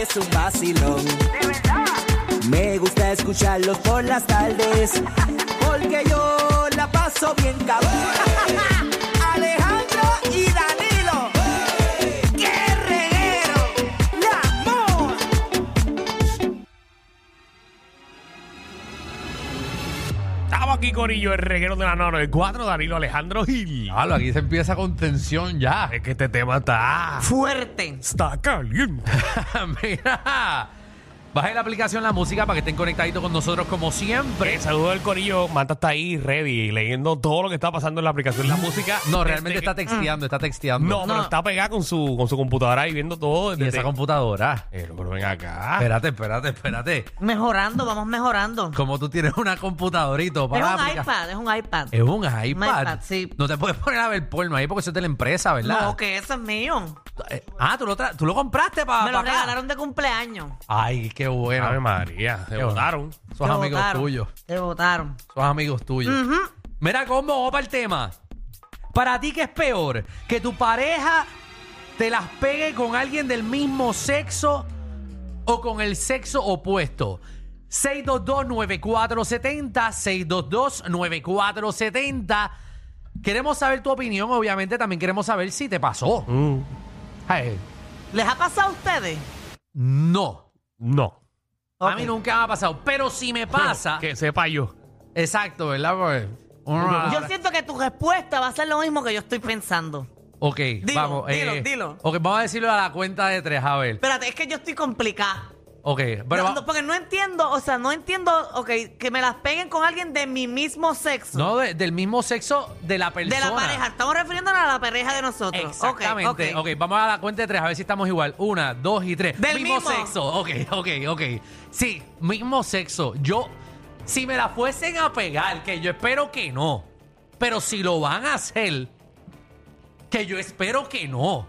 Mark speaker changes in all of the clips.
Speaker 1: es un vacilón. Me gusta escucharlos por las tardes, porque yo la paso bien cabrón. Alejandro y Danilo, qué reguero, la moa.
Speaker 2: Estamos aquí, Corillo, el reguero de la 994, Danilo Alejandro Gil.
Speaker 3: Claro, aquí se empieza con tensión ya.
Speaker 2: Es que este tema está.
Speaker 1: Fuerte.
Speaker 2: Está caliente.
Speaker 3: Mira. Baje la aplicación La Música para que estén conectaditos con nosotros como siempre.
Speaker 2: Saludos Eh, saludo del Corillo. Manta está ahí, ready, leyendo todo lo que está pasando en la aplicación. La música.
Speaker 3: No, realmente
Speaker 2: desde
Speaker 3: está
Speaker 2: Este que-
Speaker 3: texteando, está texteando.
Speaker 2: No, pero está este- pegada con su, con su computadora y viendo todo
Speaker 3: Y
Speaker 2: desde.
Speaker 3: esa computadora.
Speaker 2: Eh, pero ven acá.
Speaker 3: Espérate, espérate, espérate.
Speaker 4: Mejorando, vamos mejorando.
Speaker 3: Como tú tienes una computadorito
Speaker 4: Es
Speaker 3: para la
Speaker 4: un
Speaker 3: aplica-
Speaker 4: iPad, es un iPad.
Speaker 3: Es un iPad.
Speaker 4: iPad, sí.
Speaker 3: No te puedes poner a ver porno ahí porque eso es de la empresa, ¿verdad?
Speaker 4: No, que ese es mío.
Speaker 3: Eh, Ah, tú lo, tra- tú lo compraste para.
Speaker 4: Me lo regalaron de cumpleaños.
Speaker 3: Ay, qué bueno.
Speaker 2: Ave María, se
Speaker 3: Qué bueno.
Speaker 2: botaron.
Speaker 3: Son
Speaker 4: Te
Speaker 3: amigos
Speaker 4: botaron,
Speaker 3: tuyos.
Speaker 4: Te votaron.
Speaker 3: Son amigos tuyos. Mira, combo, vamos para el tema. Para ti, ¿qué es peor? ¿Que tu pareja te las pegue con alguien del mismo sexo o con el sexo opuesto? 622-9470, 622-9470. Queremos saber tu opinión, obviamente también queremos saber si te pasó.
Speaker 2: Mm,
Speaker 3: Ay,
Speaker 4: ¿Les ha pasado a ustedes?
Speaker 3: No,
Speaker 2: no.
Speaker 3: a mí
Speaker 4: Ok.
Speaker 3: nunca me ha pasado, pero si me pasa...
Speaker 2: Que sepa yo.
Speaker 3: Exacto, ¿verdad? Porque uno
Speaker 4: Yo
Speaker 3: ahora-
Speaker 4: siento que tu respuesta va a ser lo mismo que yo estoy pensando.
Speaker 3: Ok,
Speaker 4: Dilo,
Speaker 3: vamos. eh,
Speaker 4: dilo, dilo.
Speaker 3: Ok, vamos a decirlo a la cuenta de tres, a ver.
Speaker 4: Espérate, es que yo estoy complicada.
Speaker 3: Ok, pero
Speaker 4: No,
Speaker 3: va-
Speaker 4: no, porque no entiendo, o sea, no entiendo, ok, que me las peguen con alguien de mi mismo sexo.
Speaker 3: no de- del mismo sexo de la persona.
Speaker 4: de la pareja. Estamos refiriéndonos a la pareja de nosotros. Ok,
Speaker 3: Exactamente.
Speaker 4: ok.
Speaker 3: ok, vamos a la cuenta de tres, a ver si estamos igual. Una, dos y tres.
Speaker 4: Del mismo.
Speaker 3: sexo. Ok, ok, ok. Sí, mismo sexo. Yo, si me la fuesen a pegar, que yo espero que no. Pero si lo van a hacer, que yo espero que no.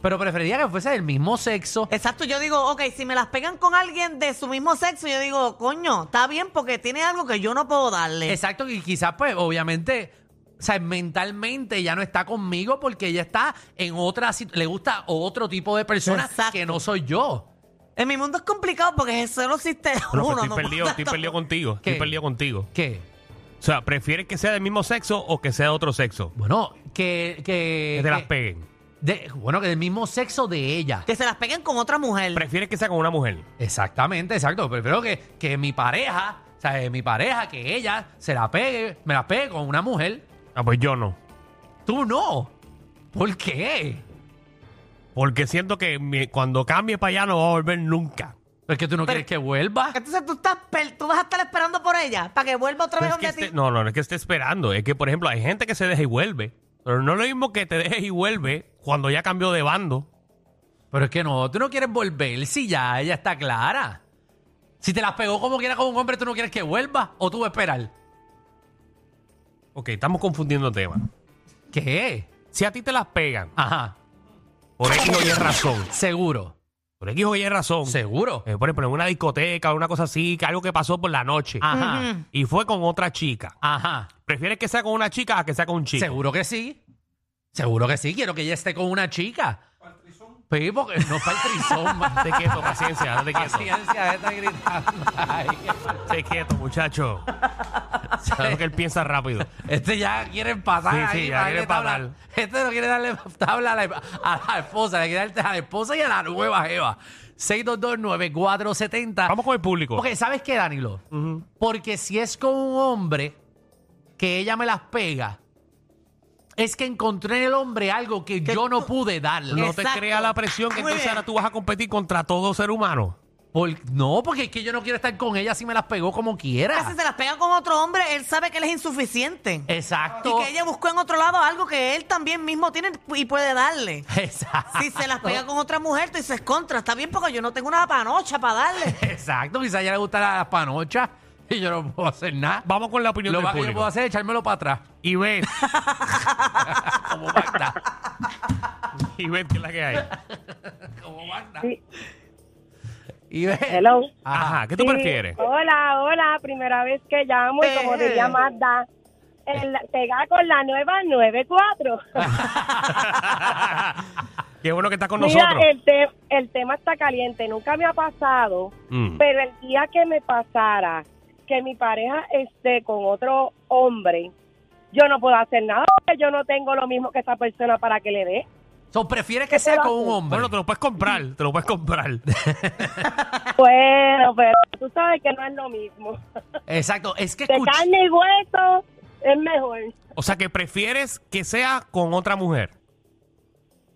Speaker 3: Pero preferiría que fuese del mismo sexo.
Speaker 4: Exacto, yo digo, ok, si me las pegan con alguien de su mismo sexo, yo digo, coño, está bien porque tiene algo que yo no puedo darle.
Speaker 3: Exacto, y quizás, pues, obviamente, o sea, mentalmente ya no está conmigo porque ella está en otra situ- le gusta otro tipo de persona
Speaker 4: Exacto.
Speaker 3: que no soy yo.
Speaker 4: En mi mundo es complicado porque solo existe
Speaker 2: No, pero
Speaker 4: uno.
Speaker 2: estoy
Speaker 4: no
Speaker 2: perdido,
Speaker 4: puedo
Speaker 2: estoy
Speaker 4: tanto.
Speaker 2: perdido contigo.
Speaker 3: ¿Qué?
Speaker 2: Estoy perdido contigo.
Speaker 3: ¿Qué?
Speaker 2: O sea, ¿prefieres que sea del mismo sexo o que sea de otro sexo?
Speaker 3: Bueno, que. Que,
Speaker 2: Que te las
Speaker 3: que-
Speaker 2: peguen.
Speaker 3: de- bueno, que del mismo sexo de ella.
Speaker 4: Que se las peguen con otra mujer.
Speaker 2: ¿Prefieres que sea con una mujer?
Speaker 3: Exactamente, exacto. Prefiero que, que mi pareja, o sea, eh, mi pareja, que ella se la pegue, me la pegue con una mujer.
Speaker 2: Ah, pues yo no.
Speaker 3: Tú no. ¿Por qué?
Speaker 2: Porque siento que mi- cuando cambie para allá no va a volver nunca.
Speaker 3: ¿Es que tú no
Speaker 4: Pero-
Speaker 3: quieres que vuelva?
Speaker 4: Entonces tú estás per- tú vas a estar esperando por ella para que vuelva otra vez
Speaker 2: Pero es que este,
Speaker 4: donde ti.
Speaker 2: esté- no, no, no es que esté esperando. Es que, por ejemplo, hay gente que se deja y vuelve. Pero no es lo mismo que te dejes y vuelve cuando ya cambió de bando.
Speaker 3: Pero es que no, tú no quieres volver si ya ella está clara. Si te las pegó como quiera con un hombre, tú no quieres que vuelva o tú vas a esperar.
Speaker 2: Ok, estamos confundiendo temas.
Speaker 3: ¿Qué?
Speaker 2: Si a ti te las pegan,
Speaker 3: Ajá,
Speaker 2: por X o Y razón.
Speaker 3: seguro,
Speaker 2: Por X o Y razón.
Speaker 3: seguro.
Speaker 2: Eh, por ejemplo, en una discoteca, una cosa así, que algo que pasó por la noche.
Speaker 3: Ajá,
Speaker 4: Ujú.
Speaker 2: Y fue con otra chica.
Speaker 3: ajá,
Speaker 2: ¿Prefieres que sea con una chica a que sea con un chico?
Speaker 3: seguro que sí. Seguro que sí, quiero que ella esté con una chica. Sí, porque no para el trizón, man.
Speaker 2: Te quieto, paciencia, date quieto.
Speaker 3: Paciencia, está gritando. Ay,
Speaker 2: Te quieto, muchacho. Sabes que él piensa rápido.
Speaker 3: Este ya quiere empatar.
Speaker 2: Sí, sí,
Speaker 3: ahí,
Speaker 2: ya
Speaker 3: para
Speaker 2: quiere
Speaker 3: darle tabla.
Speaker 2: empatar.
Speaker 3: Este no quiere darle tabla a la, a la esposa, le quiere darle a la esposa y a la nueva Jeva. 6229470.
Speaker 2: Vamos con el público.
Speaker 3: Porque, ¿sabes qué, Danilo? Porque si es con un hombre que ella me las pega, es que encontré en el hombre algo que,
Speaker 4: Que
Speaker 3: yo no
Speaker 4: tú-
Speaker 3: pude darle. Este
Speaker 2: No te
Speaker 4: Exacto.
Speaker 2: crea la presión que
Speaker 4: Muy
Speaker 2: entonces
Speaker 4: bien.
Speaker 2: ahora tú vas a competir contra todo ser humano.
Speaker 3: Por- no, porque es que yo no quiero estar con ella si me las pegó como
Speaker 4: Que
Speaker 3: quiera.
Speaker 4: Si se las pega con otro hombre, él sabe que él es insuficiente.
Speaker 2: Eh,
Speaker 3: Exacto.
Speaker 4: Y que ella buscó en otro lado algo que él también mismo tiene y puede darle.
Speaker 3: Exacto.
Speaker 4: Si se las pega con otra mujer, tú dices contra, está bien porque yo no tengo una panocha para darle.
Speaker 3: Exacto, quizás ya le gustan las panochas y yo no puedo hacer nada.
Speaker 2: Vamos con la opinión
Speaker 3: Lo
Speaker 2: del
Speaker 3: más que yo puedo
Speaker 2: público.
Speaker 3: hacer es echármelo para atrás.
Speaker 2: Y ves,
Speaker 3: Como Magda.
Speaker 2: y ves que es la que hay.
Speaker 3: como Magda.
Speaker 5: Sí.
Speaker 3: Y ve.
Speaker 5: Hello.
Speaker 3: Ajá.
Speaker 2: Ajá, ¿qué tú
Speaker 5: Sí,
Speaker 2: prefieres?
Speaker 5: Hola, hola, primera vez que llamo y como
Speaker 4: Eh.
Speaker 5: diría Magda, el- pega con la nueva 94.
Speaker 2: Qué bueno que estás con
Speaker 5: Mira,
Speaker 2: nosotros.
Speaker 5: el, te- el tema está caliente, nunca me ha pasado,
Speaker 2: Mm.
Speaker 5: pero el día que me pasara que mi pareja esté con otro hombre, yo no puedo hacer nada, porque yo no tengo lo mismo que esa persona para que le dé.
Speaker 3: So, prefieres que sea
Speaker 5: puedo
Speaker 3: con un
Speaker 5: hacer?
Speaker 3: hombre.
Speaker 2: Bueno, te lo puedes comprar, te lo puedes comprar.
Speaker 5: Bueno, pero tú sabes que no es lo mismo.
Speaker 3: Exacto. Es que
Speaker 5: De
Speaker 3: escucha-
Speaker 5: carne y hueso es mejor.
Speaker 2: O sea, que prefieres que sea con otra mujer.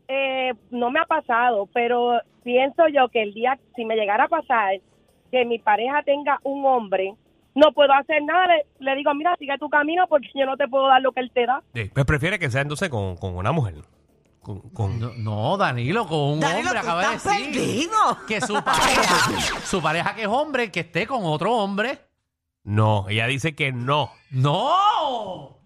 Speaker 5: Eh, no me ha pasado, pero pienso yo que el día, si me llegara a pasar, que mi pareja tenga un hombre, no puedo hacer nada. Le, le digo, mira, sigue tu camino porque yo no te puedo dar lo que él te da.
Speaker 2: Sí, Pues prefieres que sea entonces con, con una mujer. Con, con-
Speaker 3: No, no, Danilo, con un
Speaker 4: Danilo,
Speaker 3: hombre
Speaker 4: tú
Speaker 3: acaba de
Speaker 4: estás
Speaker 3: decir
Speaker 4: perdido.
Speaker 3: que su pareja, su pareja que es hombre, que esté con otro hombre.
Speaker 2: No, ella dice que no.
Speaker 3: ¡No!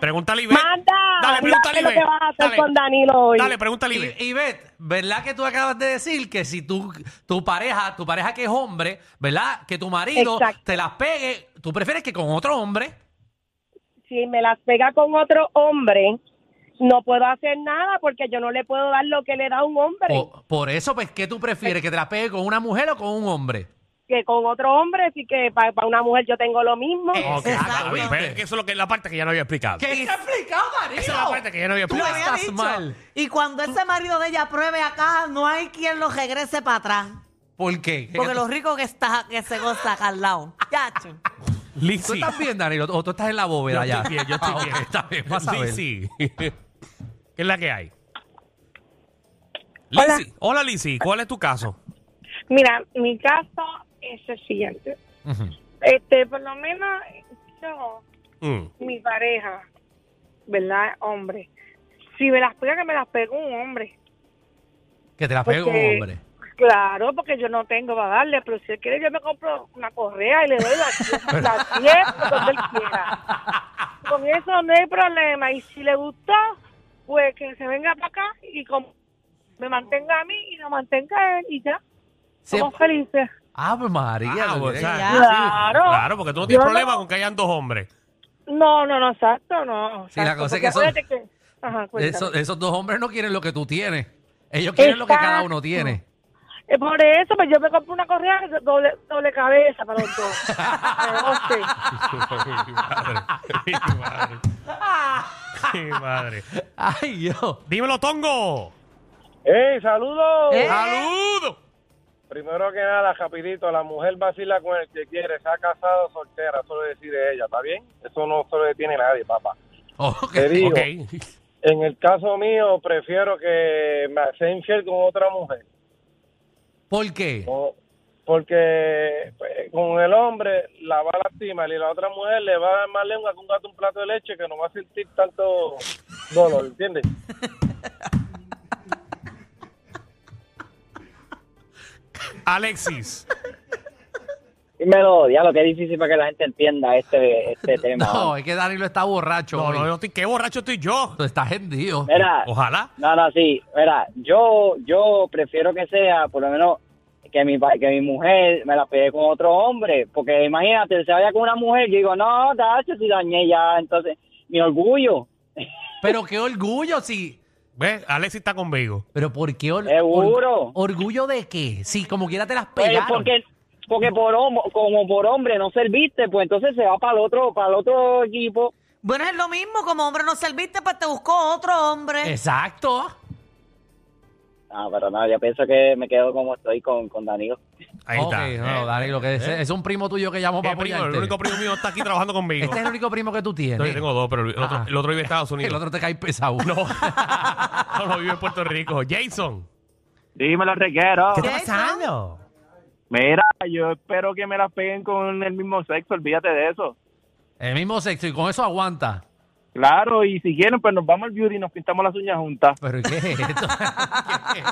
Speaker 2: Pregúntale a Ivette.
Speaker 5: ¡Manda!
Speaker 2: Dale, pregúntale,
Speaker 5: Dale lo
Speaker 2: Ibe.
Speaker 5: que vas a hacer
Speaker 2: Dale.
Speaker 5: con Danilo hoy.
Speaker 2: Dale, pregúntale a Ivette.
Speaker 3: Y, Ivette, ¿verdad que tú acabas de decir que si tu, tu pareja, tu pareja que es hombre, ¿verdad? Que tu marido
Speaker 5: Exacto.
Speaker 3: te las pegue, tú prefieres que con otro hombre.
Speaker 5: Si me las pega con otro hombre, no puedo hacer nada porque yo no le puedo dar lo que le da un hombre.
Speaker 3: Por, por eso, pues, ¿qué tú prefieres? ¿Que te las pegue con una mujer o con un hombre?
Speaker 5: Que con otro hombre, así que para una mujer yo tengo lo mismo.
Speaker 2: Ok,
Speaker 3: Exacto.
Speaker 2: ah, está bien, pero es que eso es lo que es la parte que ya no había explicado.
Speaker 3: ¿Qué te he explicado, Danilo?
Speaker 2: Esa es la parte que yo no había
Speaker 3: Tú
Speaker 4: Lo
Speaker 2: explicado.
Speaker 4: había
Speaker 3: estás
Speaker 4: dicho.
Speaker 3: mal.
Speaker 4: Y cuando ese marido de ella pruebe acá, no hay quien lo regrese para atrás.
Speaker 3: ¿Por qué?
Speaker 4: Porque lo rico que está, que se goza acá al lado. Chacho.
Speaker 3: ¿Tú
Speaker 2: Lizzy.
Speaker 3: estás bien, Danilo? ¿O tú estás en la
Speaker 2: Yo
Speaker 3: bóveda ya?
Speaker 2: estoy bien, yo estoy
Speaker 3: Ah, ok,
Speaker 2: bien.
Speaker 3: está bien, vas a ver.
Speaker 2: Lizzy. ¿Qué es la que hay?
Speaker 5: Hola.
Speaker 2: Lizzy. Hola, Lizzy. ¿Cuál es tu caso?
Speaker 5: Mira, mi caso es el siguiente.
Speaker 3: Ujú.
Speaker 5: Este, por lo menos yo,
Speaker 2: Mm.
Speaker 5: mi pareja, ¿verdad? Hombre. Si me las pega, que me las pega un hombre.
Speaker 3: Que te las pegue con un
Speaker 5: Porque-
Speaker 3: hombre.
Speaker 5: Claro, porque yo no tengo para darle, pero si él quiere, yo me compro una correa y le doy las las 10 por donde él quiera. Con eso no hay problema. Y si le gustó, pues que se venga para acá y como me mantenga a mí y lo mantenga a él y ya.
Speaker 3: Se-
Speaker 5: Somos felices.
Speaker 3: Ave María.
Speaker 2: Ah,
Speaker 3: tú
Speaker 2: o sea,
Speaker 3: eres-
Speaker 2: sí,
Speaker 5: Claro.
Speaker 2: Claro, porque tú no tienes
Speaker 5: Yo
Speaker 2: problema
Speaker 5: no-
Speaker 2: con que hayan dos hombres.
Speaker 5: No, no, no, exacto, no.
Speaker 3: Sí, la
Speaker 5: exacto,
Speaker 3: cosa es
Speaker 5: porque
Speaker 3: que son-
Speaker 5: acuérdate que- Ajá, cuéntame.
Speaker 3: Esos, esos dos hombres no quieren lo que tú tienes. Ellos quieren lo que cada uno
Speaker 5: Exacto.
Speaker 3: tiene.
Speaker 5: Eh, por eso, pues yo me compro una correa de doble, doble cabeza para los dos. Para el bosque.
Speaker 2: Mi madre. Mi madre. Mi madre.
Speaker 3: Ay, Dios.
Speaker 2: Dímelo, Tongo.
Speaker 6: ¡Ey, saludos!
Speaker 4: Eh.
Speaker 2: Ah. ¡Saludos!
Speaker 6: Primero que nada, rapidito, la mujer vacila con el que quiere, sea casada o soltera, solo decide ella, ¿está bien? Eso no se lo detiene nadie, papá.
Speaker 3: Ok.
Speaker 6: Te digo,
Speaker 2: Ok.
Speaker 6: en el caso mío, prefiero que me sea infiel con otra mujer,
Speaker 3: ¿Por qué?
Speaker 6: ¿no? porque pues, con el hombre la va a lastimar y la otra mujer le va a dar más lengua que un gato un plato de leche que no va a sentir tanto dolor, ¿entiendes?
Speaker 2: Alexis.
Speaker 7: Dímelo, diablo, qué difícil para que la gente entienda este, este tema.
Speaker 3: No, es que Danilo está borracho.
Speaker 2: No,
Speaker 3: hoy.
Speaker 2: no, yo estoy, qué borracho estoy yo.
Speaker 3: Tú estás hendido.
Speaker 7: Mira,
Speaker 2: Ojalá.
Speaker 7: no, no, sí, mira, yo, yo prefiero que sea, por lo menos, que mi, pa- que mi mujer me la pegue con otro hombre, porque imagínate, se vaya con una mujer, yo digo, no, tacho, si dañé ya, entonces, mi orgullo,
Speaker 3: Pero qué orgullo si...
Speaker 2: ¿Ves? Alexis está conmigo.
Speaker 3: Pero ¿por qué? or-
Speaker 7: Seguro.
Speaker 3: or- ¿Orgullo de qué? Si como quiera te las
Speaker 7: Pues,
Speaker 3: pegaron.
Speaker 7: porque, porque por homo- como por hombre no serviste, pues entonces se va para el otro, para el otro equipo.
Speaker 4: Bueno, es lo mismo, como hombre no serviste, pues te buscó otro hombre.
Speaker 3: Exacto.
Speaker 7: Ah, pero no, yo pienso que me quedo como estoy con, con Danilo.
Speaker 2: Ahí
Speaker 3: Ok,
Speaker 2: está.
Speaker 3: No,
Speaker 2: Eh,
Speaker 3: Danilo, que es,
Speaker 2: eh.
Speaker 3: es un primo tuyo que llamó
Speaker 2: ¿Qué
Speaker 3: para
Speaker 2: primo?
Speaker 3: apoyarte.
Speaker 2: el único primo mío está aquí trabajando conmigo.
Speaker 3: Este es el único primo que tú tienes.
Speaker 2: No, yo tengo dos, pero el otro,
Speaker 3: Ah.
Speaker 2: el otro vive en Estados Unidos.
Speaker 3: El otro te cae pesado.
Speaker 2: No, solo vive en Puerto Rico. Jason.
Speaker 6: Dímelo, reguero.
Speaker 4: está pasando?
Speaker 6: Mira, yo espero que me las peguen con el mismo sexo, olvídate de eso.
Speaker 3: El mismo sexo y con eso aguanta.
Speaker 6: Claro, y si quieren, pues nos vamos al beauty y nos pintamos las uñas juntas.
Speaker 3: Pero ¿y ¿qué es esto? ¿Qué es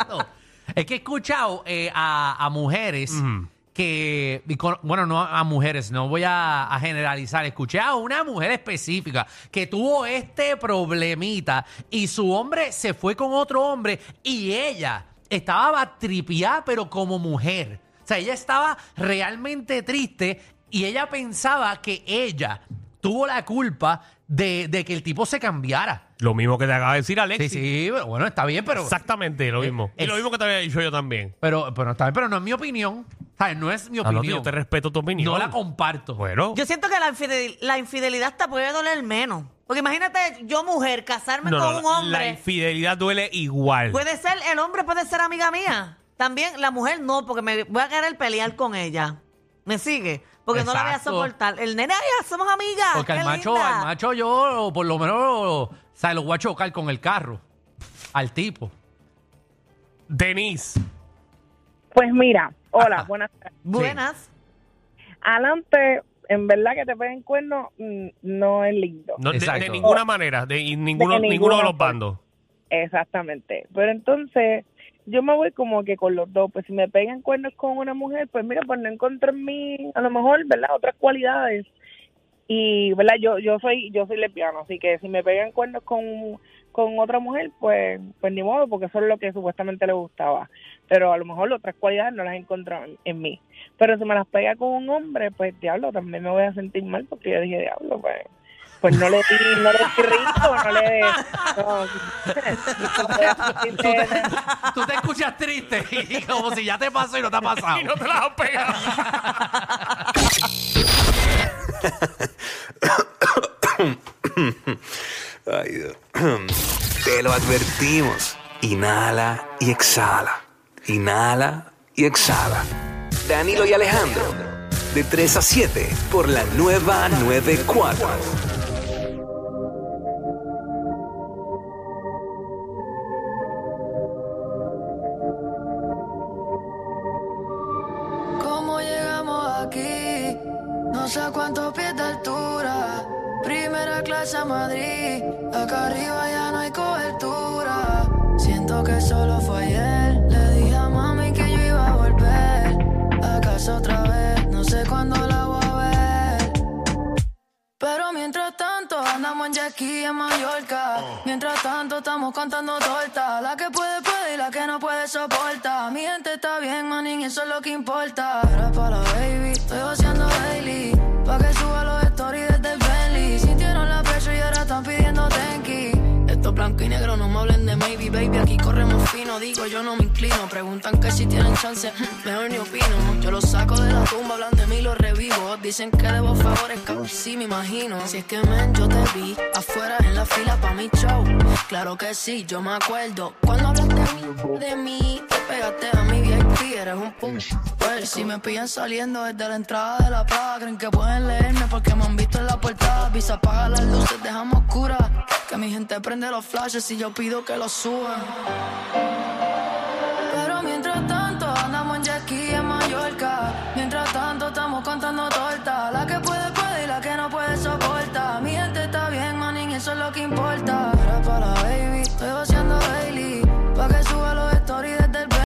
Speaker 3: esto? Es que he escuchado eh, a, a mujeres
Speaker 2: Mm.
Speaker 3: que, y con- bueno, no a a mujeres, no voy a, a generalizar. Escuché a una mujer específica que tuvo este problemita y su hombre se fue con otro hombre y ella estaba tripiada, pero como mujer. O sea, ella estaba realmente triste y ella pensaba que ella tuvo la culpa de, de que el tipo se cambiara.
Speaker 2: Lo mismo que te acaba de decir
Speaker 3: Sí,
Speaker 2: Alexis.
Speaker 3: sí, pero bueno, está bien, pero,
Speaker 2: Exactamente lo mismo. Y
Speaker 3: es-
Speaker 2: lo mismo que te había dicho yo también.
Speaker 3: pero, pero está bien, pero no es mi opinión. ¿Sabes? No es mi
Speaker 2: Ah, no, tío,
Speaker 3: opinión.
Speaker 2: yo te respeto tu opinión.
Speaker 3: no la comparto.
Speaker 2: Bueno,
Speaker 4: Yo siento que la, infidel- la infidelidad hasta puede doler menos. Porque imagínate, yo mujer, casarme
Speaker 2: no,
Speaker 4: con
Speaker 2: no,
Speaker 4: un
Speaker 2: la-
Speaker 4: hombre.
Speaker 2: la infidelidad duele igual.
Speaker 4: Puede ser, el hombre puede ser amiga mía. También la mujer no, porque me voy a querer pelear con ella. ¿Me sigue? Porque no la voy a
Speaker 3: Exacto.
Speaker 4: soportar. El nene, ay, somos amigas.
Speaker 3: Porque
Speaker 4: Ah, qué
Speaker 3: al macho,
Speaker 4: linda.
Speaker 3: al macho yo, por lo menos, o sea, lo voy a chocar con el carro. Al tipo.
Speaker 2: Denise,
Speaker 5: Pues mira, hola, buenas tardes.
Speaker 4: Buenas.
Speaker 5: Adelante, en verdad que te peguen cuernos mm, no es lindo.
Speaker 2: no, de, de
Speaker 3: Exacto.
Speaker 2: ninguna manera, de y ninguno,
Speaker 5: ninguna
Speaker 2: ninguno pues. de los
Speaker 5: manera.
Speaker 2: bandos.
Speaker 5: Exactamente. Pero entonces, yo me voy como que con los dos. Pues si me pegan cuernos con una mujer, pues mira, pues no encuentro en mí, a lo mejor, ¿verdad? Otras cualidades. Y, ¿verdad? Yo yo soy yo soy lesbiana, así que si me pegan cuernos con, con otra mujer, pues pues ni modo, porque eso es lo que supuestamente le gustaba. Pero a lo mejor otras cualidades no las encontró en, en mí. Pero si me las pega con un hombre, pues diablo, también me voy a sentir mal, porque yo dije, diablo, pues pues no le di, no le di rico, no le...
Speaker 3: Tú te, tú te escuchas triste y como si ya te pasó y no te ha pasado.
Speaker 2: Y no te las has pegado.
Speaker 8: Ay, Dios. Te lo advertimos. Inhala y exhala. Inhala y exhala. Danilo y Alejandro, de 3 a 7 por la nueva 94.
Speaker 9: ¿Cómo llegamos aquí? No sé a cuántos pies de altura. Primera clase a Madrid. Acá arriba ya no hay cobertura. Siento que solo fue ayer. Le dije a mami que yo iba a volver. ¿Acaso otra vez? No sé cuándo la voy a ver. Pero mientras tanto andamos en jet ski en Mallorca. Mientras tanto estamos contando torta. La que puede puede y la que no puede soporta. Mi gente está bien, manín, y eso es lo que importa. Era para la baby, estoy haciendo daily. Pa' que suba los stories desde el Bentley. Sintieron la presión y ahora están pidiendo tenki. Esto blanco y negro, no me hablen de maybe, baby. Aquí corremos fino, digo yo no me inclino. Preguntan que si tienen chance, mejor ni opino. Yo los saco de la tumba, hablan de mí, los revivo. Dicen que debo favores, cabrón, sí me imagino. Si es que men, yo te vi afuera en la fila pa' mi show. Claro que sí, yo me acuerdo. Cuando hablaste de mí, de mí, te pegaste a mi VIP, eres un push. si me pillan saliendo desde la entrada de la plaza, creen que pueden leerme porque me han visto en la portada. Visa apaga las luces, dejamos oscuras. Que mi gente prende los flashes y yo pido que los suban. Pero mientras tanto andamos en jet ski en Mallorca. Mientras tanto estamos contando torta. La que puede puede y la que no puede soporta. Mi gente está bien, manín, eso es lo que importa.